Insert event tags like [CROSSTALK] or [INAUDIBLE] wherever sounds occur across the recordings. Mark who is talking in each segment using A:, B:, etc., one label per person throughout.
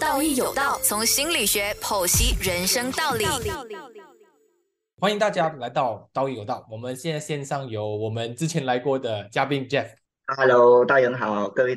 A: 道义有道，从心理学剖析人生道理。
B: 欢迎大家来到《道义有道》，我们现在线上有我们之前来过的嘉宾 Jeff。
C: Hello，大人好，各位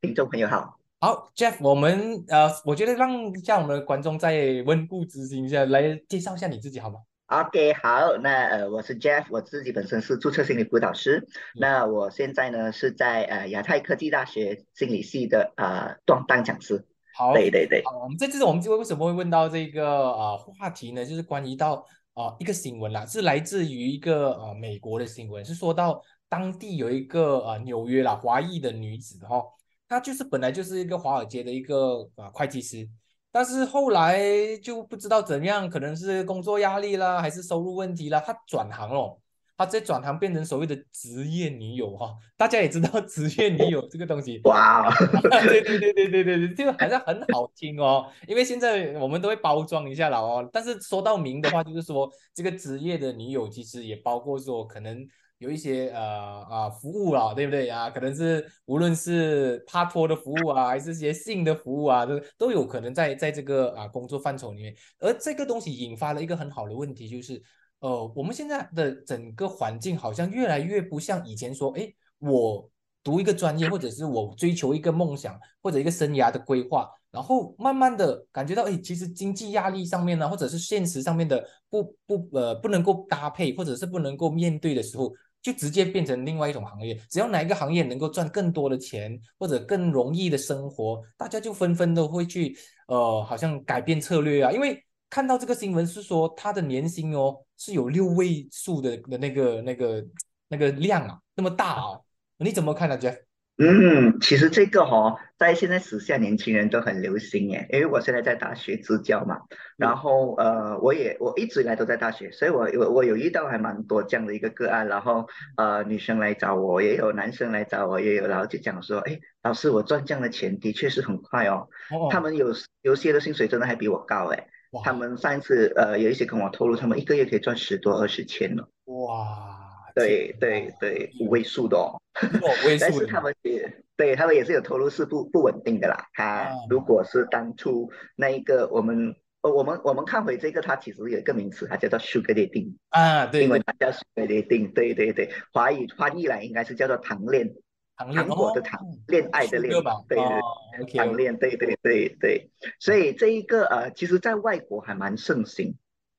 C: 听众朋友好。
B: 好，Jeff，我们呃，我觉得让一下我们的观众再温故知新一下，来介绍一下你自己好吗？
C: OK，好，那呃，我是 Jeff，我自己本身是注册心理辅导
B: 嗯
C: 师，那我现在呢是在呃亚太科技大学心理系的呃当当讲师。
B: 好，
C: 对对对，
B: 好，我们在这次我们为什么会问到这个呃话题呢？就是关于到呃一个新闻啦，是来自于一个呃美国的新闻，是说到当地有一个呃纽约啦华裔的女子哈、哦，她就是本来就是一个华尔街的一个呃会计师，但是后来就不知道怎样，可能是工作压力啦，还是收入问题啦，她转行了。她直接转行变成所谓的职业女友哈、哦，大家也知道 [LAUGHS] 职业女友这个东西，
C: 哇，
B: [LAUGHS] 对对对对对对对，这个好像很好听哦，因为现在我们都会包装一下了哦。但是说到明的话，就是说这个职业的女友其实也包括说可能有一些呃啊服务啊，对不对啊？可能是无论是帕托的服务啊，还是一些性的服务啊，都都有可能在在这个啊工作范畴里面。而这个东西引发了一个很好的问题，就是呃我们现在的整个环境好像越来越不像以前说，哎我。读一个专业，或者是我追求一个梦想，或者一个生涯的规划，然后慢慢的感觉到，哎，其实经济压力上面呢，啊或者是现实上面的不不呃不能够搭配，或者是不能够面对的时候，就直接变成另外一种行业。只要哪一个行业能够赚更多的钱，或者更容易的生活，大家就纷纷的会去呃，好像改变策略啊。因为看到这个新闻是说，他的年薪哦是有六位数的的那个那个那个量啊，那么大哦。你怎么看呢，Jeff？
C: 嗯，其实这个哈、哦，在现在时下年轻人都很流行耶，因为我现在在大学支教嘛，然后呃，我也我一直以来都在大学，所以我我我有遇到还蛮多这样的一个个案，然后呃，女生来找我，也有男生来找我，也有，然后就讲说，哎，老师，我赚这样的钱的确是很快哦，
B: 哦
C: 他们有有些的薪水真的还比我高哎，
B: 哇
C: 他们上一次呃有一些跟我透露，他们一个月可以赚十多二十千哦，
B: 哇，
C: 对
B: 天
C: 对
B: 哪，
C: 对，五位数的哦。
B: 六位
C: 但
B: 数
C: 是
B: 的
C: 他们也对他们也是有投入是不不稳定的啦。他
B: 嗯
C: 如果是当初那一个我们呃我们我们看回这个，它其实有一个名词，它叫做 sugar dating，
B: 啊，对
C: 英文
B: 对，
C: 它叫 sugar dating，对对对，华语翻译来应该是叫做糖恋，
B: 糖哦
C: 糖果的糖，恋爱的恋，
B: 对
C: 对对对，糖
B: o k
C: 恋，对对对对，所以这一个呃，其实在外国还蛮盛行。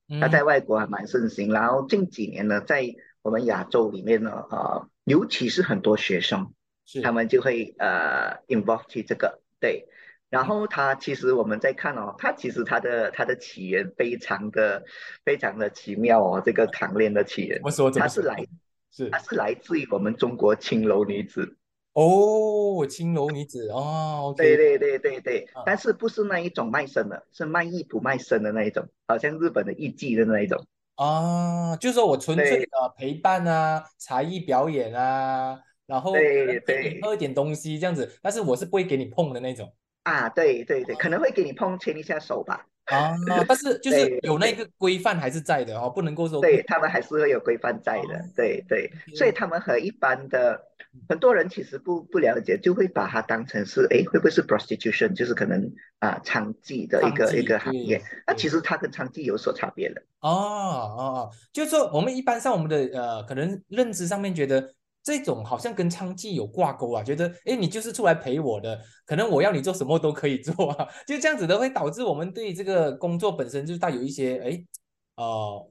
B: 嗯
C: 它在外国还蛮盛行，然后近几年呢，在我们亚洲里面呢，呃，尤其是很多学生，
B: 是
C: 他们就会呃 involve 去这个对。然后它其实我们在看哦，它其实它的它的起源非常的非常的奇妙哦，这个糖恋的起源
B: 怎，么说？怎
C: 它
B: 么
C: 是
B: 说？
C: 来
B: 哦是
C: 它是来自于我们中国青楼女子，
B: 哦，青楼女子哦，OK，
C: 对对对对对
B: 啊，
C: 但是不是那一种卖身的，是卖艺不卖身的那一种，好像日本的艺妓的那一种，
B: 啊，就是说我纯粹
C: 对
B: 的陪伴啊，才艺表演啊，然后
C: 对
B: 可能给你
C: 对
B: 喝一点东西这样子，但是我是不会给你碰的那种。
C: 啊，对对对，可能会给你碰牵一下手吧。 [LAUGHS]
B: 啊，但是就是
C: 对
B: 有那
C: 对
B: 个规范还是在的哦，不能够说
C: 对他们还是会有规范在的
B: 哦，
C: 对对，所以他们和一般的很多人其实不不了解，就会把它当成是，诶，会不会是 prostitution，就是可能啊娼妓的一
B: 娼
C: 个一
B: 妓
C: 个行
B: 对
C: 业，那
B: 对
C: 其实它跟娼妓有所差别的，
B: 哦哦哦，就是说我们一般上我们的呃，可能认知上面觉得这种好像跟娼妓有挂钩啊，觉得诶你就是出来陪我的，可能我要你做什么都可以做啊， [LAUGHS] 就这样子的会导致我们对这个工作本身就带有一些诶呃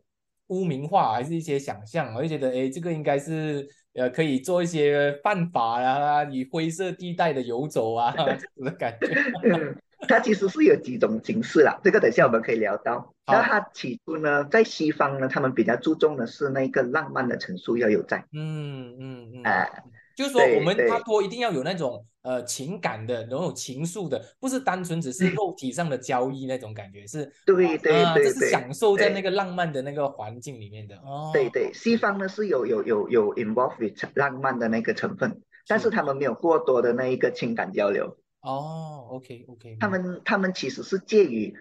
B: 污名化，啊还是一些想象，我就觉得诶这个应该是呃可以做一些犯法啊，与灰色地带的游走啊 [LAUGHS] 这样子的感觉。
C: [LAUGHS] 嗯，它其实是有几种形式啦，这个等一下我们可以聊到。
B: 好
C: 那它起初呢，在西方呢，他们比较注重的是那个浪漫的成数要有在，
B: 嗯嗯嗯，
C: 啊
B: 就是说我
C: 对
B: 们
C: 对
B: 他多一定要有那种呃情感的，那种情愫的，不是单纯只是肉体上的交易那种感觉，是
C: 嗯对对
B: 啊，
C: 对
B: 这是
C: 对。
B: 享受在
C: 对
B: 那个浪漫的那个环境里面的哦，
C: 对对，西方呢是有有有有 involve with 浪漫的那个成分，但是他们没有过多的那一个情感交流，
B: 哦，OK OK，
C: 他们他们其实是介于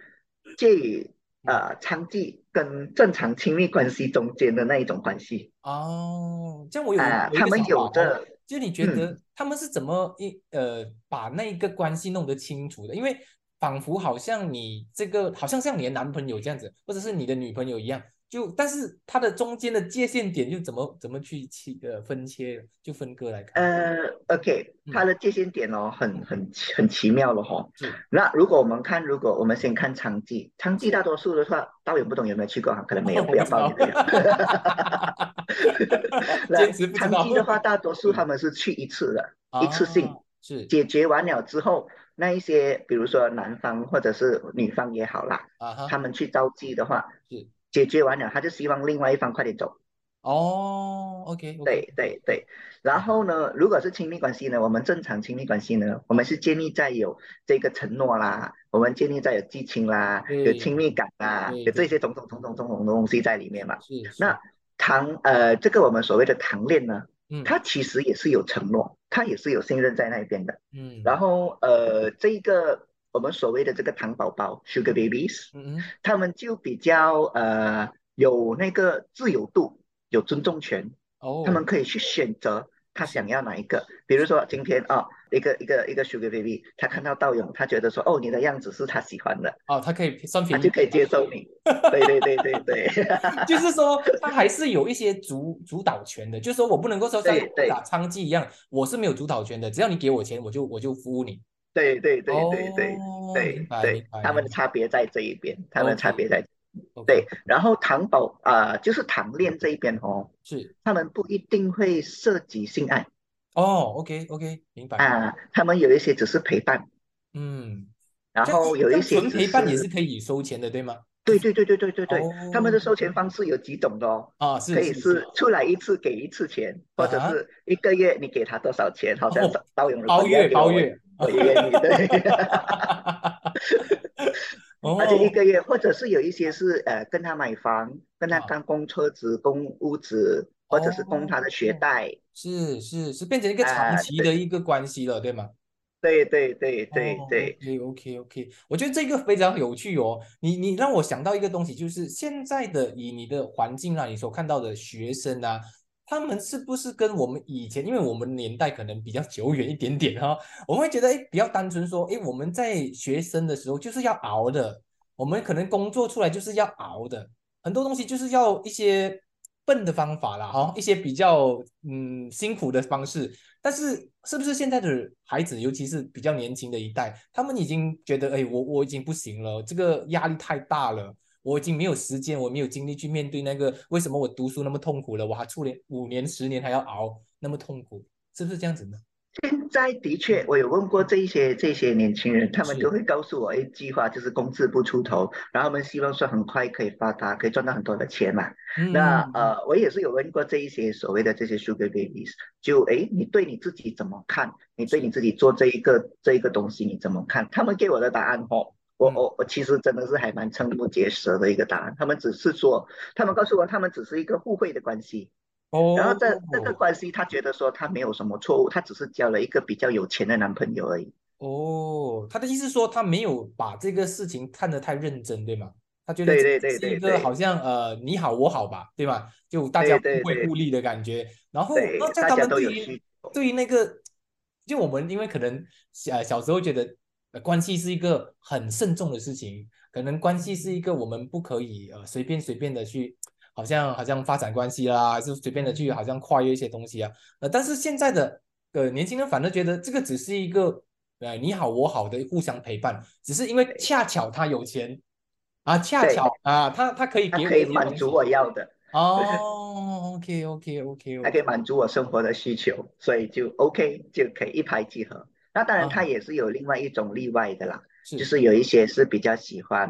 C: 介于呃娼妓跟正常亲密关系中间的那一种关系
B: 哦，这样我有
C: 啊，
B: 一
C: 他
B: 个
C: 们
B: 想
C: 有
B: 法哦
C: 着嗯
B: 就你觉得他们是怎么一呃把那一个关系弄得清楚的？因为仿佛好像你这个好像像你的男朋友这样子，或者是你的女朋友一样，就但是它的中间的界限点就怎么怎么去切呃分切就分割来看，
C: 呃，OK，
B: 嗯
C: 它的界限点哦，很很很奇妙了哈。
B: 是
C: 那如果我们看，如果我们先看昌记，昌记大多数的话，导演不懂有没有去过啊？可能没有，
B: 我
C: 不
B: 不
C: 要
B: 知
C: 报
B: 道
C: 你
B: [LAUGHS]
C: 的料。那
B: 坚持不知
C: 昌
B: 道
C: 记的话，大多数他们是去一次的，一次性
B: 啊是
C: 解决完了之后，那一些比如说男方或者是女方也好啦，
B: 啊哈
C: 他们去招妓的话
B: 是，
C: 解决完了，他就希望另外一方快点走。
B: 哦，OK，
C: 对对对，然后呢，如果是亲密关系呢，我们正常亲密关系呢，我们是建立在有这个承诺啦，我们建立在有激情啦，有
B: 对
C: 亲密感啦，
B: 对
C: 有这
B: 对
C: 些种种种种种种东西在里面嘛。
B: 是是
C: 那糖呃，这个我们所谓的糖恋呢，
B: 嗯
C: 它其实也是有承诺，它也是有信任在那边的。
B: 嗯，
C: 然后呃，这一个我们所谓的这个糖宝宝 （sugar babies），
B: 嗯嗯
C: 他们就比较呃有那个自由度，有尊重权。
B: 哦，
C: 他们可以去选择他想要哪一个。比如说今天啊、一个一个一个 Sugar Baby，他看到道勇，他觉得说哦，你的样子是他喜欢的，
B: 哦，他可以算
C: 他
B: 平
C: 就可以
B: 等
C: 接受
B: [LAUGHS]
C: 你。对对对对对， [LAUGHS]
B: 就是说，他还是有一些主主导权的，就是说我不能够说像
C: 对对
B: 打娼妓一样，我是没有主导权的，只要你给我钱，我就我就服务你。
C: 对对对对对
B: 哦
C: 对
B: 明白
C: 对
B: 明白，
C: 他
B: 明
C: 们的
B: 白
C: 差别在这一边，他们的差
B: OK
C: 别在
B: OK，
C: 对。然后糖宝啊、就是糖恋这一边哦，
B: 是
C: 他们不一定会涉及性爱
B: 哦，OK OK，明白，
C: 啊，他们有一些只是陪伴，
B: 嗯，
C: 然
B: 这样
C: 后有
B: 这
C: 一
B: 样
C: 些
B: 纯
C: 只
B: 陪伴也
C: 是
B: 是可以收钱的，对吗？
C: 对对对对对对对，他们的
B: 哦
C: 收钱方式有几种的哦。
B: 啊，是
C: 可以
B: 是
C: 是出来一次给一次钱，或者
B: 啊哈
C: 是一个月你给他多少钱，好像
B: 哦
C: 包包容了
B: 包月包，月，
C: 我也愿意
B: [LAUGHS]
C: 对，
B: 哦
C: 而且一个月，或者是有一些是呃跟他买房，跟他
B: 啊
C: 刚供车子、供屋子，或者是供他的学
B: 哦
C: 贷，
B: 是是是变成一个
C: 啊
B: 长期的一个关系了，对吗？
C: 对对对对对，
B: o k OK OK，我觉得这个非常有趣哦。你你让我想到一个东西，就是现在的以你的环境啊，你所看到的学生啊，他们是不是跟我们以前，因为我们年代可能比较久远一点点哈、我们会觉得哎比较单纯说，哎我们在学生的时候就是要熬的，我们可能工作出来就是要熬的，很多东西就是要一些笨的方法啦，哈、哦一些比较嗯辛苦的方式。但是，是不是现在的孩子，尤其是比较年轻的一代，他们已经觉得，哎，我我已经不行了，这个压力太大了，我已经没有时间，我没有精力去面对那个为什么我读书那么痛苦了，我还出年五年十年还要熬那么痛苦，是不是这样子呢？
C: 现在的确，我有问过这一些这些年轻人，他们
B: 嗯是
C: 都会告诉我一句话，就是工字不出头，然后他们希望说很快可以发达，可以赚到很多的钱嘛。那
B: 嗯，
C: 呃，我也是有问过这一些所谓的这些 sugar babies，就诶，你对你自己怎么看？你对你自己做这一个这一个东西你怎么看？他们给我的答案哦，我
B: 嗯
C: 我我其实真的是还蛮瞠目结舌的一个答案。他们只是说，他们告诉我他们只是一个互惠的关系，
B: 哦，
C: 然后这这个关系他觉得说他没有什么错误，他只是交了一个比较有钱的男朋友而已。
B: 哦，他的意思是说他没有把这个事情看得太认真，对吗？他觉得这
C: 对对对
B: 是
C: 对
B: 一个
C: 对
B: 好像呃你好我好吧，对吧？就大家
C: 对对
B: 互惠
C: 对
B: 互利的感觉。然后，
C: 对
B: 然哦后，在
C: 大
B: 他
C: 家
B: 们
C: 都
B: 对
C: 有
B: 于
C: 需求。
B: 对于那个，就我们因为可能小小时候觉得呃关系是一个很慎重的事情，可能关系是一个我们不可以呃随便随便的去，好像好像发展关系啦，还是随便的
C: 嗯
B: 去好像跨越一些东西啊。呃，但是现在的呃年轻人反而觉得这个只是一个呃你好我好的互相陪伴，只是因为恰巧他有钱啊，恰
C: 对
B: 巧啊他他可以
C: 他
B: 给我
C: 可以
B: 一些
C: 满
B: 东
C: 足
B: 西
C: 我要的，
B: 哦，OK OK OK
C: 还
B: OK，
C: 可以满足我生活的需求，所以就 OK 就可以一拍即合。那当然，它
B: 啊
C: 也是有另外一种例外的啦，
B: 是
C: 就是有一些是比较喜欢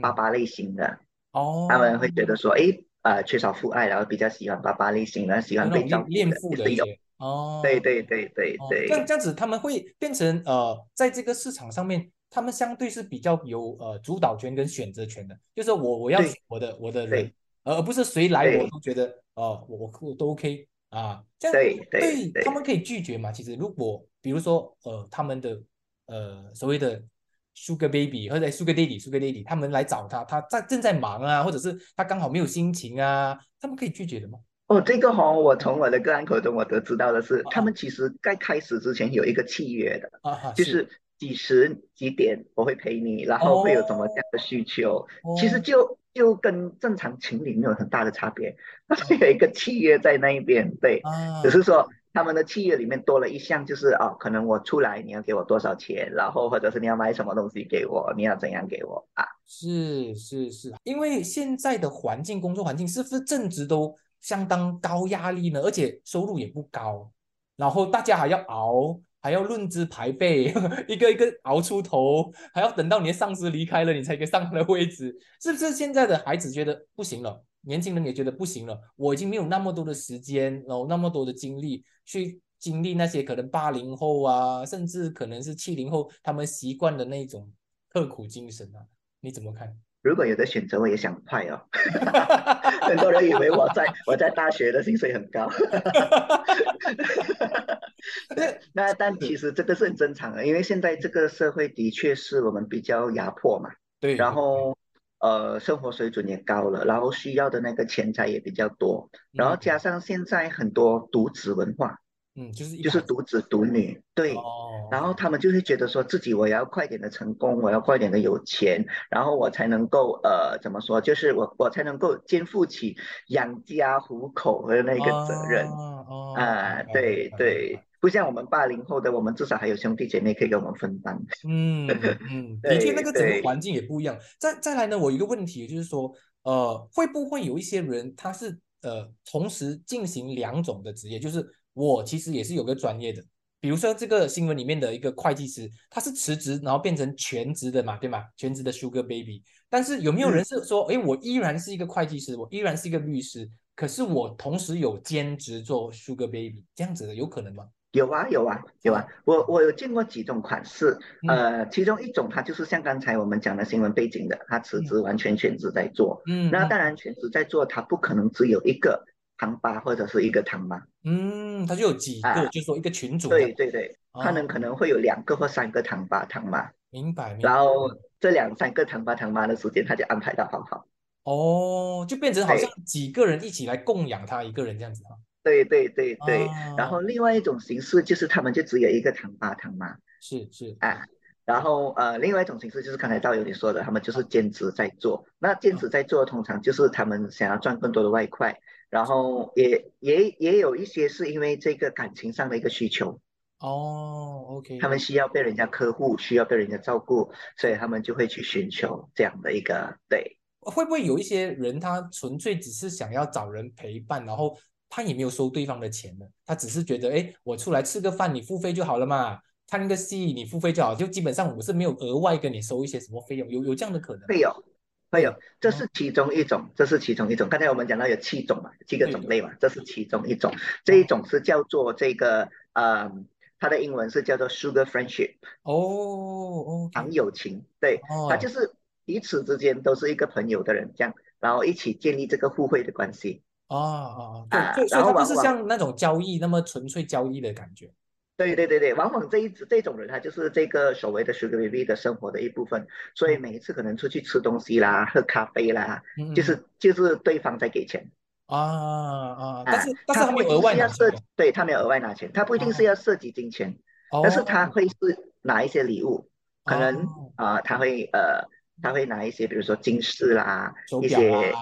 C: 爸
B: 嗯
C: 爸类型的，
B: 哦，
C: 他们会觉得说，诶，呃，缺少父爱，然后比较喜欢爸爸类型的，喜
B: 有
C: 欢
B: 那
C: 被
B: 种
C: 照
B: 恋
C: 顾
B: 恋父
C: 的，也
B: 的
C: 是
B: 一
C: 有。
B: 些哦，
C: 对对对对
B: 哦，这样
C: 对，
B: 这样子他们会变成呃，在这个市场上面，他们相对是比较有呃主导权跟选择权的，就是我我要
C: 对
B: 选我的我的
C: 对
B: 人，而而不是谁来
C: 对
B: 我都觉得哦、我我我都 OK 啊，这样
C: 对对对
B: 他们可以拒绝嘛？其实如果比如说呃他们的呃所谓的 Sugar Baby 或者 Sugar Daddy Sugar Daddy，他们来找他，他在正在忙啊，或者是他刚好没有心情啊，他们可以拒绝的吗？
C: 哦，这个哈、我从我的个案口中我得知到的是，
B: 啊
C: 他们其实在开始之前有一个契约的，
B: 啊哈，
C: 就是几时几点我会陪你，然后
B: 哦
C: 会有怎么样的需求，其实就就跟正常情侣没有很大的差别，但是有一个契约在那一边，对，
B: 啊
C: 只是说他们的契约里面多了一项，就是啊，可能我出来你要给我多少钱，然后或者是你要买什么东西给我，你要怎样给我啊？
B: 是是是，因为现在的环境，工作环境是不是正职都相当高压力呢？而且收入也不高，然后大家还要熬，还要论资排辈， [LAUGHS] 一个一个熬出头，还要等到你的上司离开了，你才可以上他的位置，是不是？现在的孩子觉得不行了，年轻人也觉得不行了，我已经没有那么多的时间，然后那么多的精力去。经历那些可能八零后啊，甚至可能是七零后，他们习惯的那种刻苦精神啊，你怎么看？
C: 如果有的选择，我也想快 [LAUGHS] 哦。很多人以为我在我在大学的薪水很高， [LAUGHS] [LAUGHS] 那但其实这个是很正常的，因为现在这个社会的确是我们比较压迫嘛，
B: 对，
C: 然后呃生活水准也高了，然后需要的那个钱财也比较多，然后
B: 嗯
C: 加上现在很多独子文化，
B: 嗯，就是一
C: 就是
B: 把
C: 独子独女，对，
B: 哦，
C: 然后他们就会觉得说自己我要快点的成功，我要快点的有钱，然后我才能够呃怎么说，就是我我才能够肩负起养家糊口的那个责任
B: 哦哦，
C: 啊、
B: 明白
C: 对，
B: 明
C: 对
B: 白，
C: 不像我们八零后的，我们至少还有兄弟姐妹可以跟我们分担。
B: 明白嗯嗯，的确，那
C: 对
B: 个整个
C: 对
B: 环境也不一样。再再来呢，我有一个问题就是说，呃，会不会有一些人他是呃同时进行两种的职业？就是我其实也是有个专业的，比如说这个新闻里面的一个会计师，他是辞职然后变成全职的嘛，对吗？全职的 Sugar Baby。但是有没有
C: 嗯
B: 人是说，诶，我依然是一个会计师，我依然是一个律师，可是我同时有兼职做 Sugar Baby 这样子的，有可能吗？
C: 有啊有啊有啊，我我有见过几种款式，
B: 哦嗯
C: 呃，其中一种它就是像刚才我们讲的新闻背景的，他辞
B: 嗯
C: 职完全全职在做，
B: 嗯，
C: 那
B: 嗯
C: 当然全职在做，他不可能只有一个堂爸或者是一个堂妈。
B: 嗯，他就有几
C: 啊
B: 个，就是说一个群主
C: 对
B: 的，
C: 对对，
B: 哦
C: 他们可能会有两个或三个堂爸堂妈，
B: 明白明白
C: 然后这两三个堂爸堂妈的时间他就安排到好好。
B: 哦，就变成好
C: 对
B: 像几个人一起来供养他一个人这样子啊，
C: 对对对对，
B: 啊
C: 然后另外一种形式就是他们就只有一个堂爸堂妈，
B: 是是
C: 啊然后呃，另外一种形式就是刚才道友你说的，他们就是兼职在做。那兼职在做通常就是他们想要赚更多的外快，然后也也也有一些是因为这个感情上的一个需求，
B: 哦，OK，
C: 他们需要被人家呵护，需要被人家照顾，所以他们就会去寻求这样的一个对。
B: 会不会有一些人他纯粹只是想要找人陪伴，然后他也没有收对方的钱呢？他只是觉得，哎，我出来吃个饭，你付费就好了嘛，看个戏你付费就好，就基本上我是没有额外跟你收一些什么费用，有有这样的可能吗？
C: 会有，会有
B: 嗯，
C: 这是其中一种，这是其中一种。刚才我们讲到有七种嘛，七个
B: 对
C: 种类嘛，这是其中一种。这一种是叫做这个，呃，它的英文是叫做 sugar friendship，
B: 哦，OK，
C: 糖友情。对，它
B: 哦，
C: 啊就是彼此之间都是一个朋友的人，这样，然后一起建立这个互惠的关系。
B: 哦哦，哦对，
C: 啊
B: 所以所以
C: 然后
B: 它不
C: 往
B: 是
C: 往
B: 像那种交易那么纯粹交易的感觉。
C: 对对对对，往往这一这种人，他就是这个所谓的 sugar baby 的生活的一部分，所以每一次可能出去吃东西啦、喝咖啡啦，
B: 嗯，嗯
C: 就是就是对方在给钱。
B: 啊啊，但
C: 啊
B: 是但是
C: 他
B: 还
C: 不
B: 没有
C: 一定
B: 额外
C: 是要
B: 拿
C: 涉
B: 钱
C: 及，对，他没有额外拿钱，他不一定是要涉及金钱，
B: 哦，
C: 但是他会是拿一些礼物，可能
B: 哦
C: 啊、他会呃，他会拿一些比如说金饰啦，
B: 手
C: 一
B: 表
C: 些
B: 啊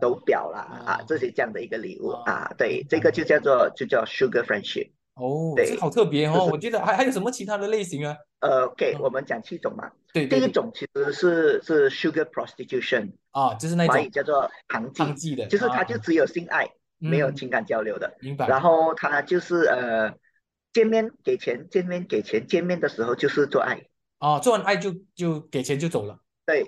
C: 手表啦
B: 啊
C: 啊这些这样的一个礼物
B: 啊
C: 啊，对
B: 明，
C: 这
B: 白
C: 个
B: 明
C: 就叫做就叫 sugar friendship。
B: 哦，
C: 对
B: 这好特别
C: 就
B: 哦，
C: 是
B: 我觉得还还有什么其他的类型啊？
C: 呃，OK，
B: 嗯
C: 我们讲七种嘛，
B: 对
C: 第
B: 对
C: 一
B: 对，
C: 种其实是是 sugar prostitution，
B: 啊，就是那
C: 华
B: 种
C: 语叫做糖
B: 抗
C: 妓，
B: 击的，
C: 就是他
B: 啊
C: 就只有性爱，没有
B: 嗯
C: 情感交流的。
B: 明白，
C: 然后他就是呃，见面给钱，见面给钱，见面的时候就是做爱。
B: 哦，做完爱就就给钱就走了，
C: 对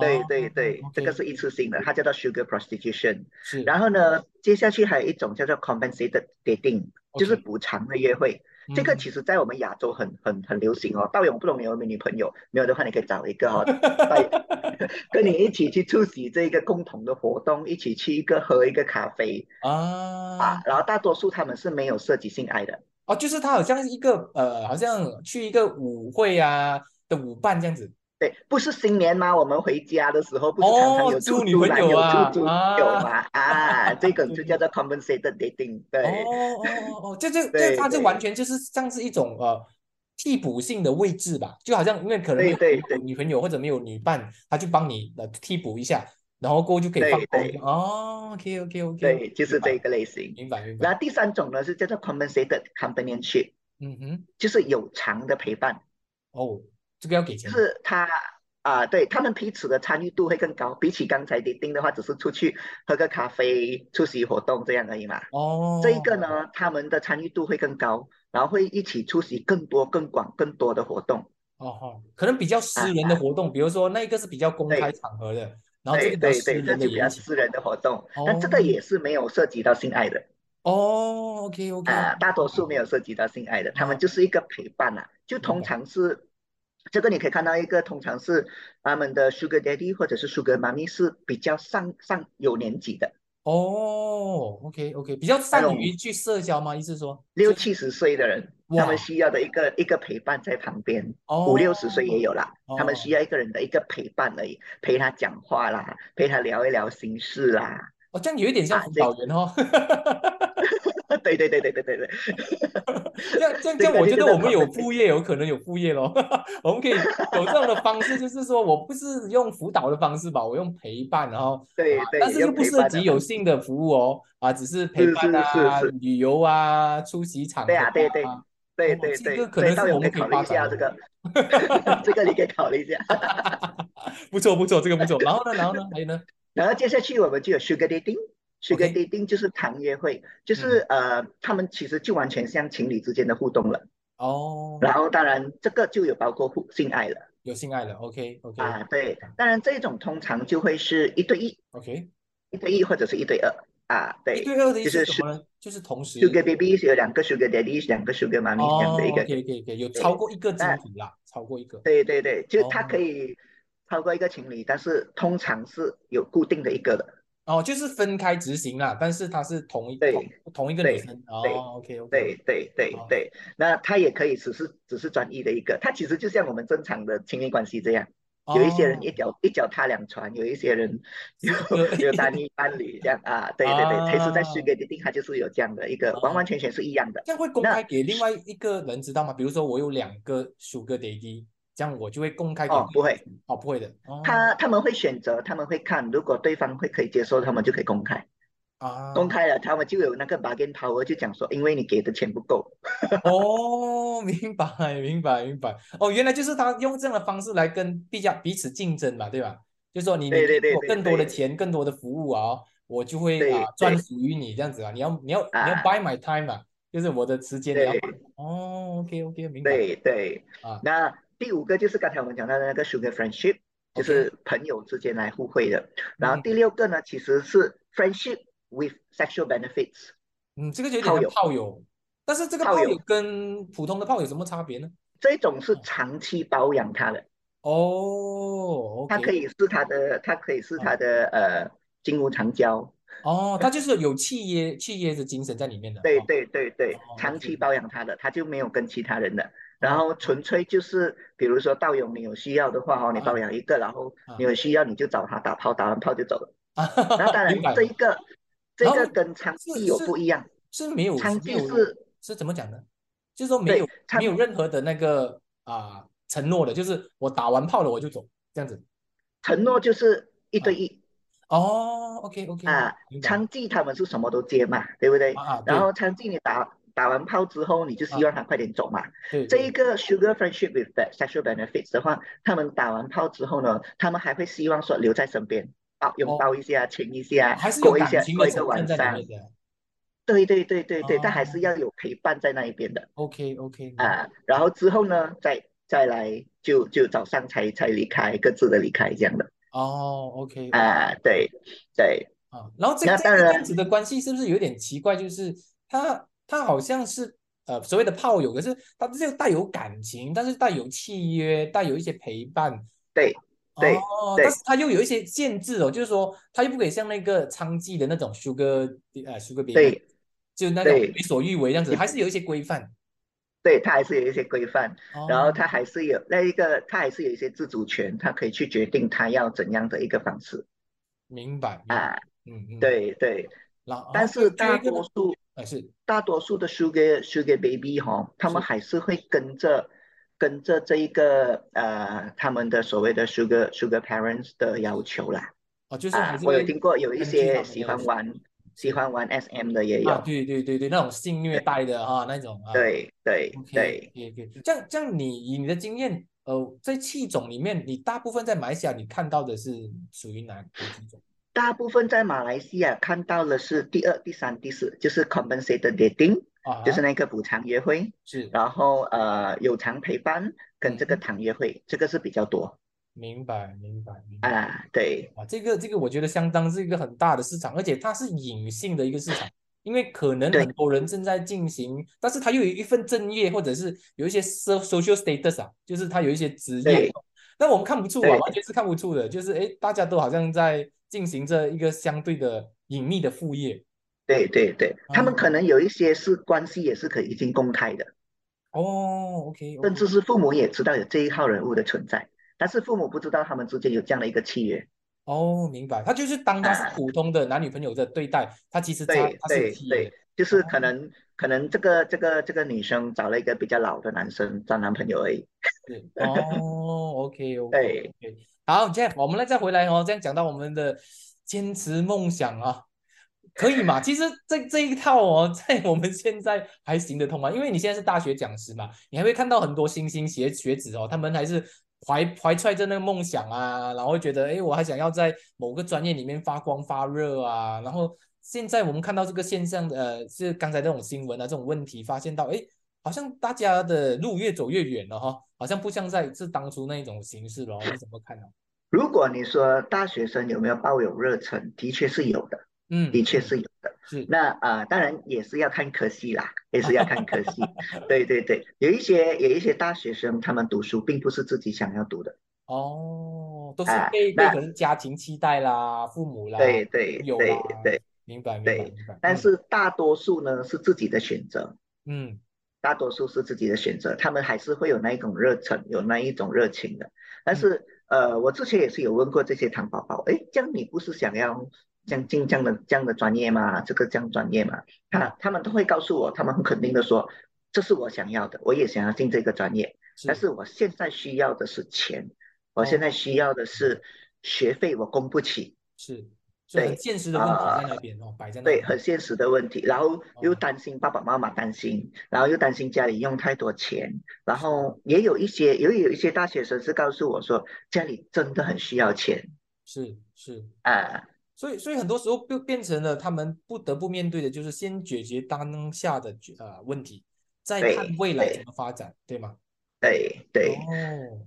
C: 对
B: 哦
C: 对对，这个
B: ，OK，
C: 是一次性的，它叫做 sugar prostitution。
B: 是
C: 然后呢，接下去还有一种叫做 compensated dating，就是
B: OK，
C: 补偿的约会。这个
B: 嗯
C: 其实在我们亚洲很很很流行哦。道友，我不懂你有没有女朋友？没有的话，你可以找一个哦，
B: [LAUGHS]
C: 带跟你一起去出席这个共同的活动，一起去一个喝一个咖啡
B: 啊
C: 啊。然后大多数他们是没有涉及性爱的。
B: 哦，就是他好像是一个呃，好像去一个舞会啊的舞伴这样子，
C: 对，不是新年吗？我们回家的时候不是常常
B: 哦
C: 有
B: 猪
C: 猪
B: 女
C: 猪
B: 朋
C: 男
B: 友
C: 友
B: 啊
C: 猪猪
B: 啊
C: 女友嘛？
B: [LAUGHS]
C: 啊，这个
B: 对
C: 就
B: 对
C: 叫做 compensated dating。
B: 哦
C: 对，
B: 哦哦哦，这这这，
C: 对
B: 它这
C: 对
B: 完全就是像是一种呃替补性的位置吧，就好像因为可能
C: 对对
B: 有女朋友或者没有女伴，他就帮你呃替补一下，然后过后就可以
C: 对
B: 放空
C: 对。
B: 哦，OK OK OK，
C: 对，就是这一个类型。
B: 明白明
C: 然
B: 白。
C: 后第三种呢是叫做 compensated companionship，
B: 嗯哼，
C: 就是有偿的陪伴，
B: 哦，这个要给
C: 就
B: 钱的。
C: 是他啊、对他们彼此的参与度会更高，比起刚才 dating 的话，只是出去喝个咖啡、出席活动这样而已嘛。
B: 哦，
C: 这一个呢，他们的参与度会更高，然后会一起出席更多、更广、更多的活动。
B: 哦哦，可能比较私人的活动，比如说那一个是比较公开场合的，然哦后这
C: 啊
B: 个比
C: 对
B: 较
C: 对
B: 私
C: 对，这
B: 人的
C: 就比
B: 也
C: 较
B: 一起。
C: 私人的活动，但这个也是没有涉及到性爱的
B: 哦，OK OK，
C: 啊、大多数没有涉及到性爱的，他们
B: 哦
C: 就是一个陪伴啦、就
B: 明白
C: 通常是这个你可以看到一个，通常是他们的 sugar daddy 或者是 sugar mommy 是比较上上有年纪的，
B: 哦，OK OK，比较善
C: 那种
B: 于去社交吗？意思说
C: 六
B: 就
C: 七十岁的人，
B: 哇
C: 他们需要的一个一个陪伴在旁边，
B: 哦，
C: 五六十岁也有啦。他们
B: 哦
C: 需要一个人的一个陪伴而已，陪他讲话啦，陪他聊一聊心事啦。 [LAUGHS]
B: 哦，这样有一点像
C: 啊
B: 辅
C: 这
B: 导员哦。
C: 对对对对对对对，
B: 这样这样
C: 这
B: 这样，
C: 个
B: 我
C: 就
B: 觉得
C: 真的
B: 我们有
C: 很
B: 副业，有可能有副业咯。 [LAUGHS] 我们可以有这样的方式，就是说我不是用辅导的方式吧，我用陪伴，然后
C: 对
B: 啊
C: 对
B: 但是
C: 用
B: 又不
C: 陪
B: 涉
C: 伴
B: 及
C: 的
B: 有
C: 方
B: 性的服务哦，啊，只是陪
C: 是
B: 伴
C: 是是
B: 啊
C: 是、
B: 旅游啊、出席场
C: 对啊
B: 合
C: 对对
B: 啊
C: 对
B: 哦
C: 对
B: 这
C: 对，
B: 个可
C: 所以
B: 能
C: 到
B: 是
C: 时
B: 我们
C: 候可以
B: 可以
C: 考虑
B: 发
C: 一
B: 展
C: 下
B: 的
C: 这个，这个你 [LAUGHS] 可以考虑一下。
B: 不错不错，这个不错。然后呢，然后呢，还有呢？
C: 然后接下去我们就有 sugar dating。
B: OK
C: Sugar
B: 嗯
C: dating 就是糖约会，就是、呃，他们其实就完全像情侣之间的互动了。
B: 哦，
C: 然后当然这个就有包括互性爱了
B: 有性爱了，OK OK
C: 啊，对。当然这种通常就会是一对一、
B: OK。
C: 一对一或者是一对二啊，对
B: 一。对二的意
C: 就
B: 思
C: 是
B: 什么呢？就是同时
C: Sugar babies 有两个 Sugar daddies，两个 Sugar mummies 这样
B: 哦
C: 的一个。
B: ，OK OK OK，有
C: 对
B: 超过一个精
C: 那
B: 品啦，超过一个。
C: 对对对，就它
B: 哦
C: 可以超过一个情侣，但是通常是有固定的一个的。
B: 哦，就是分开执行啦，但是它是同一
C: 对
B: 同同一个女
C: 对
B: 生
C: 对
B: 哦，OK OK，
C: 对对对
B: 哦
C: 对，那它也可以只是只是专一的一个，它其实就像我们正常的亲密关系这样，
B: 哦
C: 有一些人一脚一脚踏两船，有一
B: [LAUGHS]
C: 些人 [LAUGHS] 有
B: 有 [LAUGHS]
C: 有单一伴侣这样啊，对对对，其实在
B: 啊哦
C: Sugar dating 它就是有这样的一个，完完全全是一样的。
B: 这样会公
C: 那
B: 开给另外一个人知道吗？比如说我有两个 Sugar Daddy，这样我就会公开给
C: 哦
B: 另
C: 不
B: 外一
C: 会
B: 个人哦，不会的，哦
C: 他他们会选择，他们会看，如果对方会可以接受，他们就可以公开。
B: 啊，
C: 公开了，他们就有那个 bargain power，就讲说，因为你给的钱不够，
B: [LAUGHS] 哦，明白明白明白，哦，原来就是他用这样的方式来跟比较彼此竞争嘛，对吧？就说你你
C: 对
B: 给
C: 对对
B: 我
C: 对
B: 更多的
C: 对
B: 钱，更多的服务啊，我就会
C: 对
B: 啊
C: 对
B: 专属于你这样子啊，你要你要你要
C: 啊
B: buy my time 啊，就是我的时间你要买哦，OK OK，明白。
C: 对对
B: 啊。
C: 那第五个就是刚才我们讲到的那个 sugar friendship，
B: OK
C: 就是朋友之间来互惠的。然
B: 嗯
C: 后第六个呢，其实是 friendship with sexual benefits。
B: 嗯，这个就有点
C: 炮
B: 像
C: 友
B: 炮友，但是这个
C: 炮
B: 炮
C: 友
B: 友跟普通的炮友有什么差别呢？
C: 这种是长期包养他的，
B: 哦
C: 他
B: ，OK，啊
C: 可以是他的，他可以是他的呃金屋藏娇，
B: 哦，他就是有契约契约的精神在里面的，
C: 对
B: 哦
C: 对对对
B: 哦，
C: 长
B: ，OK
C: 期包养他的，他就没有跟其他人的。然后纯粹就是，比如说道友你有需要的话哦，你
B: 啊
C: 包养一个，然后
B: 啊
C: 你有需要你就找他打炮，打完炮就走
B: [LAUGHS]
C: 了。
B: 啊，
C: 那当然
B: 明白，
C: 这一个这
B: 然后
C: 个跟娼
B: 是
C: 妓有
B: 是
C: 不一样，
B: 是没有
C: 娼
B: 没
C: 妓
B: 有
C: 是
B: 是怎么讲呢？就是说没
C: 对
B: 有
C: 娼
B: 没有任何的那个啊、承诺的，就是我打完炮了我就走这样子。
C: 承诺就是一对一
B: 哦，OK OK，
C: 啊，
B: 啊明白
C: 娼妓他们是什么都接嘛，对不对？
B: 啊啊，
C: 然后娼妓你打打完炮之后，你就希望他快点走嘛。
B: 对对
C: 这
B: 对
C: 一个 sugar friendship with that sexual benefits 的话，他们打完炮之后呢，他们还会希望说留在身边，抱
B: 哦
C: 拥抱一下，亲一下，
B: 还是有
C: 过一
B: 感
C: 下
B: 情
C: 过
B: 的
C: 一个
B: 成分
C: 晚
B: 在
C: 上
B: 里。面的。
C: 对对对对对，但还
B: 哦
C: 是要有陪伴在那一边的
B: OK OK，
C: 啊。然后之后呢，再再来就就早上才才离开，各自的离开这样的
B: 哦，OK，
C: 啊。对对，
B: 啊，然后这
C: 那
B: 这
C: 当
B: 这样
C: 然
B: 子的关系是不是有点奇怪？就是他他好像是呃所谓的炮友，可是他这个带有感情，但是带有契约，带有一些陪伴。
C: 对对
B: 哦，
C: 对
B: 但是他又有一些限制哦，就是说他又不可以像那个娼妓的那种 sugar 呃 sugar baby，
C: 对
B: 就那种
C: 对
B: 为所欲为这样子，
C: 你
B: 还是有一些规范。
C: 对，他还是有一些规范，然后
B: 哦
C: 他还是有那一个，他还是有一些自主权，他可以去决定他要怎样的一个方式
B: 明白，明白
C: 啊。
B: 嗯嗯，
C: 对对，
B: 然后
C: 但
B: 最后
C: 是大
B: 哦一个呢
C: 多数。
B: 呃是
C: 大多数的 sugar sugar baby 哈、他们还是会跟着跟着这一个呃他们的所谓的 sugar sugar parents 的要求啦。
B: 哦，就是
C: 啊
B: 还，是
C: 我有
B: 会
C: 听过有一
B: 根据他
C: 些
B: 们
C: 喜
B: 要
C: 欢
B: 求
C: 玩喜欢玩 SM 的也
B: 啊，
C: 有，
B: 对对对对，那种性虐待的啊，那种啊。
C: 对对
B: OK，
C: 对，
B: 也可以。这样这样你以你的经验，呃，在气种里面，你大部分在马来西亚你看到的是属于哪个气种？
C: 大部分在马来西亚看到的是第二、第三、第四，就是 compensated dating，
B: 啊
C: 就是
B: 哈，
C: 那个补偿约会，
B: 是，
C: 然后呃有偿陪伴跟这个
B: 嗯
C: 糖约会，这个是比较多
B: 明白明白明白。
C: 啊，对。
B: 啊，这个这个我觉得相当是一个很大的市场，而且它是隐性的一个市场，因为可能
C: 对
B: 很多人正在进行，但是他又有一份正业，或者是有一些 so social status 啊，就是他有一些职业
C: 对，
B: 那我们看不出啊，
C: 对
B: 完全是看不出的，就是诶，大家都好像在进行着一个相对的隐秘的副业
C: 对对对，他们可
B: 嗯
C: 能有一些是关系也是可以已经公开的，
B: 哦，OK
C: 甚
B: OK，
C: 至是父母也知道有这一号人物的存在，但是父母不知道他们之间有这样的一个契约。
B: 哦，明白，他就是当
C: [CLEARS THROAT]
B: 他是
C: 啊
B: 普通的男女朋友的对待，他其实他
C: 对
B: 他是有
C: 对
B: 契约
C: 对
B: 的，
C: 就是可
B: 哦。
C: 能可能这个这个这个女生找了一个比较老的男生当男朋友而已。
B: 是哦，OK OK
C: 对
B: OK，好，这样我们来再回来哦，这样讲到我们的坚持梦想啊，可以嘛？其实这这一套哦， [LAUGHS] 在我们现在还行得通嘛，因为你现在是大学讲师嘛，你还会看到很多新兴学学子哦，他们还是怀怀揣着那个梦想啊，然后觉得诶，我还想要在某个专业里面发光发热啊，然后现在我们看到这个现象的，呃，是刚才那种新闻啊，这种问题，发现到诶。好像大家的路越走越远了哈，好像不像在是当初那一种形式了哦。你怎么看呢？
C: 如果你说大学生有没有抱有热忱，的确是有的，
B: 嗯
C: 的确
B: 嗯，
C: 是有的。
B: 是
C: 那啊、呃当然也是要看科系啦，也是要看科
B: [LAUGHS]
C: 系。对对对，有一些有一些大学生他们读书并不是自己想要读的
B: 哦，都是
C: 啊、
B: 被被
C: 那
B: 可能家庭期待啦、父母啦、
C: 对对
B: 朋友啊啦，
C: 对对
B: 明白明白
C: 对，
B: 明白，
C: 但
B: 嗯
C: 是大多数呢是自己的选择。
B: 嗯
C: 大多数是自己的选择，他们还是会有那一种热忱，有那一种热情的。但
B: 嗯
C: 是，呃，我之前也是有问过这些糖宝宝，诶，这样你不是想要这样进这样的这样的专业吗？这个这样专业吗？
B: 嗯，
C: 他他们都会告诉我，他们很肯定的说，这是我想要的，我也想要进这个专业，但
B: 是
C: 是我现在需要的是钱，我现在
B: 哦，
C: 需要的是学费，我供不起。
B: 是，所以很
C: 对，
B: 现实的问题
C: 啊、
B: 在那边哦，摆在那
C: 对，
B: 边
C: 很现实的问题，然后又
B: 哦，
C: 担心爸爸妈妈担心，然后又担心家里用太多钱，然
B: 是
C: 后也有一些，也有一些大学生是告诉我说，家里真的很需要钱
B: 是是。
C: 啊，
B: 所以，所以很多时候就变成了他们不得不面对的，就是先解决当下的决呃问题，再看
C: 对
B: 未来怎
C: 对
B: 么发展，对吗？
C: 对对，
B: 哦，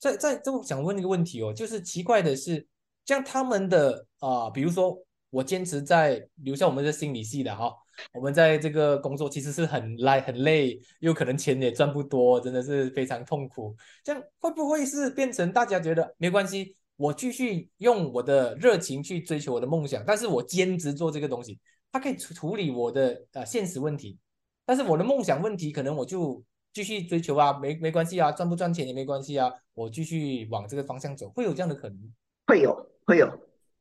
B: 在在这，我想问一个问题哦，就是奇怪的是，像他们的啊、比如说我坚持在留下我们的心理系的哈、我们在这个工作其实是很累很累，又可能钱也赚不多，真的是非常痛苦。这样会不会是变成大家觉得没关系，我继续用我的热情去追求我的梦想，但是我兼职做这个东西，它可以处处理我的呃现实问题，但是我的梦想问题可能我就继续追求啊，没没关系啊，赚不赚钱也没关系啊，我继续往这个方向走，会有这样的可能。
C: 会有会有，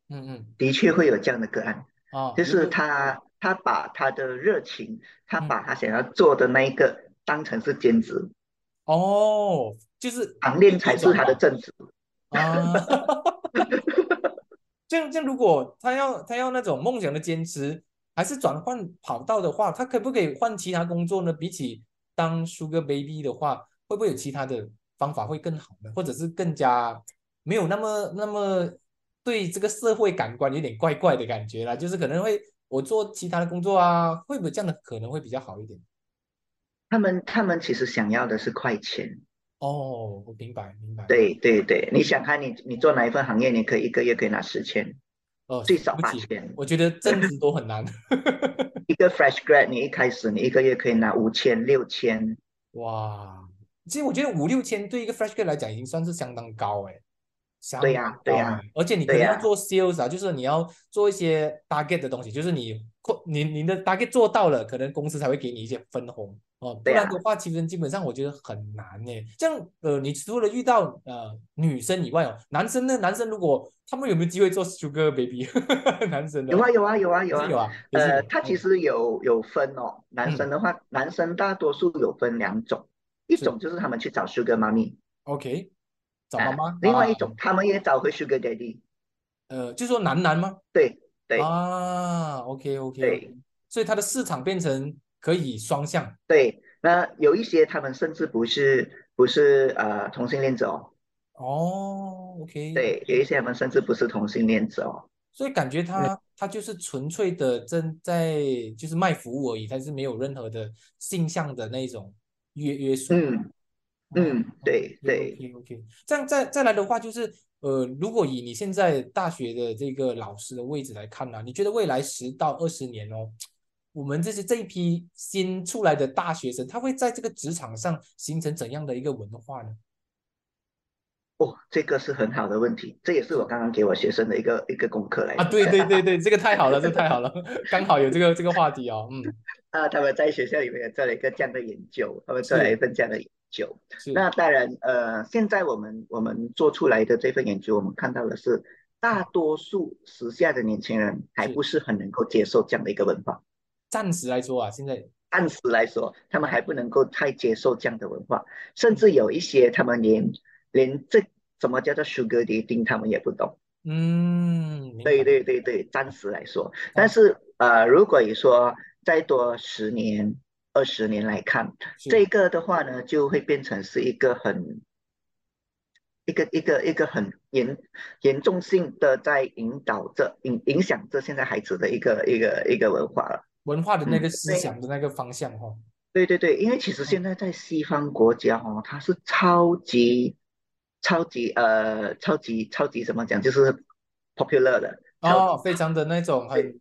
B: 嗯嗯，
C: 的确会有这样的个案，
B: 啊，
C: 就
B: 有
C: 是
B: 有
C: 他他把他的热情，他
B: 嗯
C: 把他想要做的那一个当成是兼职，
B: 哦，就是
C: 行恋
B: 逆
C: 才是
B: 转
C: 他的
B: 吧
C: 正职，
B: 啊。 [LAUGHS] 这样，这样如果他要他要那种梦想的坚持，还是转换跑道的话，他可不可以换其他工作呢？比起当 Sugar Baby 的话，会不会有其他的方法会更好呢？或者是更加没有那么那么对这个社会感官有点怪怪的感觉啦？就是可能会我做其他的工作啊，会不会这样的可能会比较好一点？
C: 他们他们其实想要的是快钱。
B: 哦，我明白明白，
C: 对对对，你想看你你做哪一份行业，你可以一个月可以拿十千，
B: 哦，
C: 最
B: 对
C: 少
B: 不
C: 八
B: 起，
C: 千。
B: 我觉得正职都很难。
C: 一个 fresh grad，你一开始你一个月可以拿五千、六千。
B: 哇，其实我觉得五六千对一个 fresh grad 来讲已经算是相当高哎，
C: 对
B: 相当
C: 呀，对
B: 高哎，
C: 呀，
B: 而且你可
C: 对
B: 能要
C: 呀，
B: 做 sales 啊，就是你要做一些 target 的东西，就是你扩你你的 target 做到了，可能公司才会给你一些分红哦，
C: 对
B: 不然的
C: 呀。
B: 话，其实基本上我觉得很难哎。这样呃，你除了遇到呃女生以外哦，男生呢？男生如果他们有没有机会做 sugar baby？男 [LAUGHS] 生
C: 有
B: 的
C: 啊有啊有啊
B: 也
C: 有
B: 哦是
C: 啊，
B: 有啊，也是有，
C: 呃，它其
B: 嗯
C: 实有有分哦。男生
B: 嗯
C: 的话，男生大多数有分两种，一
B: 是
C: 种就是他们去找 Sugar 妈咪
B: OK，找妈
C: 啊，
B: 妈。
C: 另外一
B: 啊
C: 种他们也找回 Sugar Daddy，
B: 呃，就说男男吗？
C: 对对
B: 啊，OK OK，
C: 对
B: 所以它的市场变成可以双向
C: 对，那有一些他们甚至不是不是呃同性恋者哦，
B: 哦，OK，
C: 对，有一些他们甚至不是同性恋者哦，
B: 所以感觉
C: 嗯
B: 它它就是纯粹的正在就是卖服务而已，它是没有任何的性向的那一种约约束。
C: 嗯
B: 哦
C: 嗯，对对，
B: OK OK，这样再再来的话，就是呃，如果以你现在大学的这个老师的位置来看呢、啊你觉得未来十到二十年哦，我们这些这一批新出来的大学生，他会在这个职场上形成怎样的一个文化呢？
C: 哦，这个是很好的问题，这也是我刚刚给我学生的一个一个功课来
B: 啊，
C: 的。
B: 对对对对，这个太好了，这个太好了，刚好有这个这个话题哦，嗯，
C: [LAUGHS] 啊，他们在学校里面也做了一个这样的研究，他们做
B: 是
C: 了一份这样的研究。
B: 是
C: 那当然，呃，现在我们我们做出来的这份研究，我们看到的是，大多数时下的年轻人还
B: 是
C: 不是很能够接受这样的一个文化。
B: 暂时来说啊，现在
C: 按时来说，他们还不能够太接受这样的文化，甚至有一些他们连连这什么叫做 sugar dating，他们也不懂。
B: 嗯，明
C: 对
B: 白
C: 对对对，暂时来说，但是呃，如果你说再多十年、二十年来看，
B: 是
C: 这个的话呢，就会变成是一个很一个一个一个很严严重性的在引导着影影响着现在孩子的一个一个一个文化了。
B: 文化的那
C: 嗯
B: 个思
C: 对
B: 想的那个方向哈、哦，
C: 对对对，因为其实现在在西方国家哦，它是超级超级呃超级超级怎么讲，就是 popular 的，超
B: 哦，非常的那种很
C: 对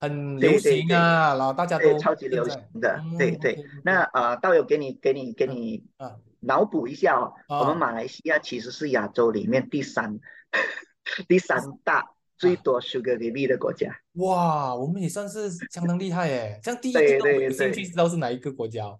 B: 很
C: 对
B: 流
C: 对
B: 行
C: 对
B: 啊，然后大家
C: 对，
B: 都
C: 超级
B: 正
C: 流
B: 在
C: 行的，
B: 嗯
C: 对对。
B: ，OK，OK
C: 那呃，道友给你给你给
B: 嗯
C: 你
B: 啊
C: 脑补一下哦，我
B: 啊
C: 们马来西亚其实是亚洲里面第三 [LAUGHS] 第三大最
B: 啊
C: 多 sugar baby 的国家。
B: 哇，我们也算是相当厉害耶！这样第一
C: 对
B: 个我
C: 对
B: 有兴
C: 对
B: 趣知道是哪一个国家哦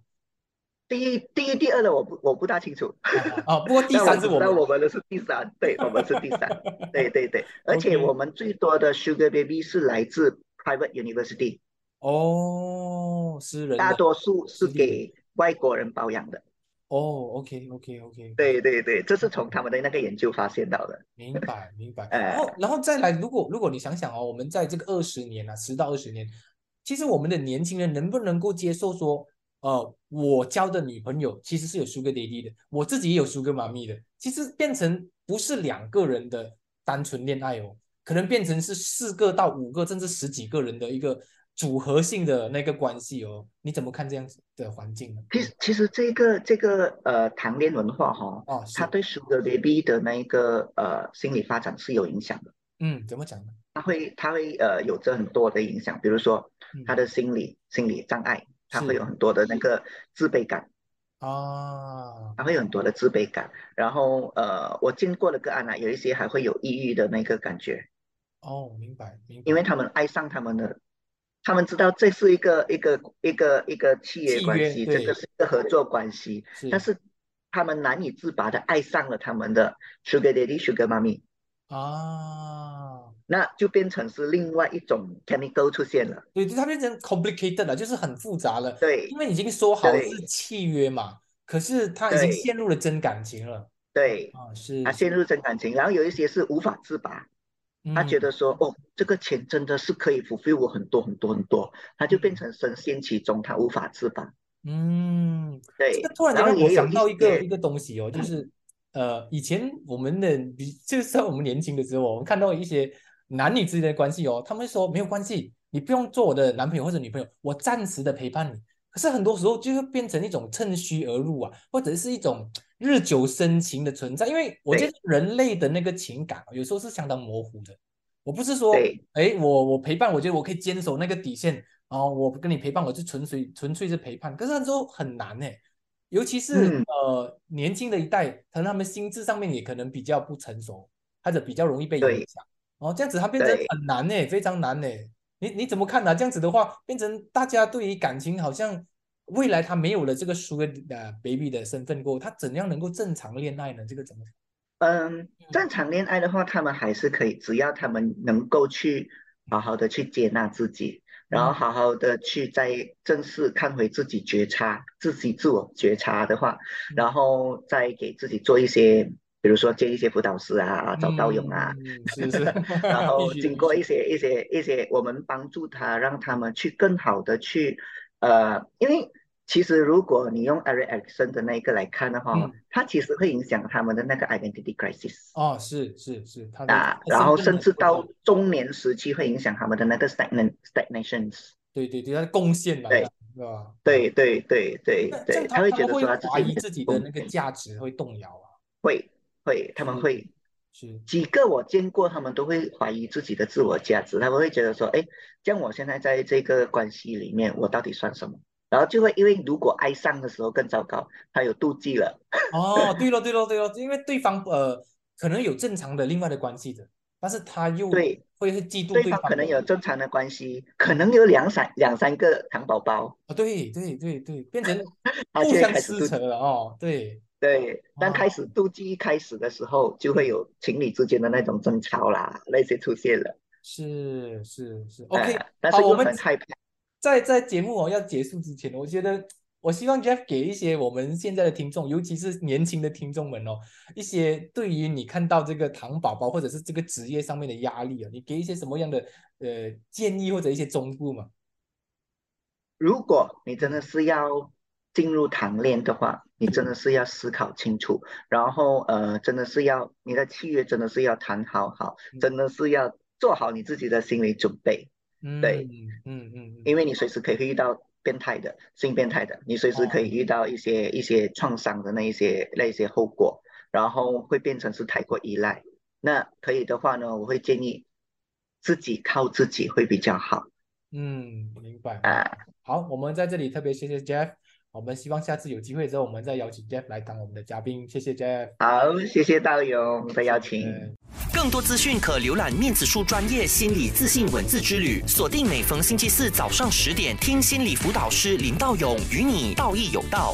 C: 第一第一第二的我不我不大清楚，
B: 啊
C: [LAUGHS]
B: 啊，不过第
C: 但我
B: 三是
C: 只
B: 我
C: 知道
B: 们
C: 我们的是第三，对，我们是第
B: [LAUGHS]
C: 三，对对对。而且
B: OK
C: 我们最多的 sugar baby 是来自 private university，
B: 哦，私人
C: 大
B: 的
C: 多数是
B: 私立的
C: 给外国人包养的。
B: 哦，OK OK OK，
C: 对对对，这是从他们的那个研究发现到的。
B: 明白明白。然
C: 呃，
B: 后然后再来，如果如果你想想哦，我们在这个二十年啊，十到二十年，其实我们的年轻人能不能够接受说，呃，我交的女朋友其实是有 Sugar Daddy 的，我自己也有 Sugar 妈咪的，其实变成不是两个人的单纯恋爱哦，可能变成是四个到五个，甚至十几个人的一个组合性的那个关系哦。你怎么看这样子的环境呢？
C: 其实其实这个这个呃糖恋文化哈、
B: 哦，
C: 它
B: 是，
C: 对 Sugar Baby 的那一个呃心理发展是有影响的，
B: 嗯，怎么讲呢？
C: 它会它会呃有着很多的影响，比如说他
B: 嗯，
C: 的心理心理障碍，他会
B: 是
C: 有很多的那个自卑感，
B: 啊，
C: 他会有很多的自卑感，然后呃我见过的个案啊，有一些还会有抑郁的那个感觉，
B: 哦，明白明
C: 因
B: 白。
C: 为他们爱上他们的。他们知道这是一个一个一个一个契约
B: 契
C: 关
B: 约
C: 系，这
B: 对，
C: 个是一个合作关系，但
B: 是
C: 是他们难以自拔的爱上了他们的 Sugar Daddy、Sugar Mommy，
B: 啊，
C: 那就变成是另外一种 chemical 出现了。
B: 对，就它变成 complicated 了，就是很复杂了，
C: 对
B: 因为已经说好是
C: 对
B: 契约嘛，可是他已经
C: 对
B: 陷入了真感情了
C: 对，
B: 啊，是
C: 他陷
B: 是，
C: 入真感情，然后有一些是无法自拔，他
B: 嗯
C: 觉得说哦，这个钱真的是可以 fulfill 我很多很多很多，他就变
B: 嗯
C: 成深陷其中，他无法自拔。
B: 嗯，这个
C: 对，
B: 突然
C: 然
B: 间
C: 后
B: 让我
C: 也有
B: 想
C: 一
B: 到一个
C: 些，
B: 一个东西哦，就
C: 嗯
B: 是呃，以前我们的比就是在我们年轻的时候，我们看到一些男女之间的关系哦，他们说没有关系，你不用做我的男朋友或者女朋友，我暂时的陪伴你。可是很多时候就会变成一种趁虚而入啊，或者是一种日久生情的存在。因为我觉得
C: 对
B: 人类的那个情感啊有时候是相当模糊的。我不是说，
C: 对
B: 哎，我我陪伴，我觉得我可以坚守那个底线，然后我跟你陪伴，我就纯粹纯粹是陪伴。可是那时候很难呢，尤其是
C: 嗯
B: 呃年轻的一代，可能他们心智上面也可能比较不成熟，或者比较容易被影
C: 对
B: 响。哦，这样子它变成
C: 对。
B: 很难呢，非常难呢。欸你你怎么看呢、啊这样子的话，变成大家对于感情好像未来他没有了这个 sugar 呃 baby 的身份过后，他怎样能够正常恋爱呢？这个怎么？
C: 嗯，
B: 嗯，
C: 正常恋爱的话，他们还是可以，只要他们能够去好好的去接纳自己，然
B: 嗯
C: 后好好的去再正式看回自己觉察，自己自我觉察的话，
B: 嗯
C: 然后再给自己做一些，比如说接一些辅导师啊，找道友啊，
B: 嗯，是是，
C: [LAUGHS] 然
B: [LAUGHS]
C: 后
B: 必须
C: 经过
B: 必
C: 一
B: 须
C: 些一些一些，我们帮助他，让他们去更好的去，呃，因为其实如果你用 Eric Erickson 的那一个来看的话
B: 嗯，
C: 它其实会影响他们的那个 identity crisis
B: 哦，是是是，他的
C: 啊，
B: 他
C: 然后
B: 身份
C: 甚
B: 很
C: 至
B: 复杂
C: 到中年时期会影响他们的那个 stagnant stagnations。
B: 对对对，他的贡献来
C: 对
B: 了，是吧？
C: 对对对对
B: 嗯那这样
C: 对，
B: 他
C: 会
B: 他
C: 觉
B: 们
C: 得
B: 会
C: 说他自
B: 怀
C: 己
B: 疑
C: 没
B: 自己
C: 有
B: 的
C: 贡
B: 那个
C: 献
B: 价值会动摇啊，
C: 会会他们
B: 是
C: 会。
B: 是，
C: 几个我见过，他们都会怀疑自己的自我价值，他们会觉得说，哎，这样我现在在这个关系里面，我到底算什么？然后就会因为如果爱上的时候更糟糕，他有妒忌了，
B: 哦，对了对了对了，因为对方呃可能有正常的另外的关系的，但是他又
C: 对，
B: 会会嫉妒对
C: 对方
B: 方
C: 可能
B: 的
C: 有正常的关系，可能有两三两三个糖宝宝，
B: 啊，对对对对，变成
C: 他
B: 互
C: 就会
B: 相
C: 开始
B: 撕
C: 妒
B: 扯
C: 忌。
B: 了哦，对，
C: 对，当开
B: 哦
C: 始妒忌一开始的时候，就会有情侣之间的那种争吵啦，那些出现了。
B: 是是是
C: 啊，
B: ，OK，
C: 但
B: 好，
C: 是
B: 我
C: 又
B: 们
C: 很害怕。
B: 在在节目哦要结束之前，我觉得我希望 Jeff 给一些我们现在的听众，尤其是年轻的听众们哦，一些对于你看到这个糖宝宝或者是这个职业上面的压力啊、哦，你给一些什么样的呃建议或者一些忠告嘛？
C: 如果你真的是要进入谈恋的话，你真的是要思考清楚，然后呃，真的是要你的契约真的是要谈好好，真的是要做好你自己的心理准备，
B: 嗯
C: 对
B: 嗯嗯嗯，
C: 因为你随时可以会遇到变态的、性变态的，你随时可
B: 哦
C: 以遇到一些一些创伤的那一些那一些后果，然后会变成是太过依赖。那可以的话呢，我会建议自己靠自己会比较好
B: 嗯，明白明白。
C: 啊。
B: 好，我们在这里特别谢谢 Jeff，我们希望下次有机会之后，我们再邀请 Jeff 来当我们的嘉宾，谢谢 Jeff。
C: 好，谢谢道友的邀请。
B: 嗯
D: 更多资讯可浏览面子书专业心理自信文字之旅，锁定每逢星期四早上十点，听心理辅导师林道勇与你道义有道。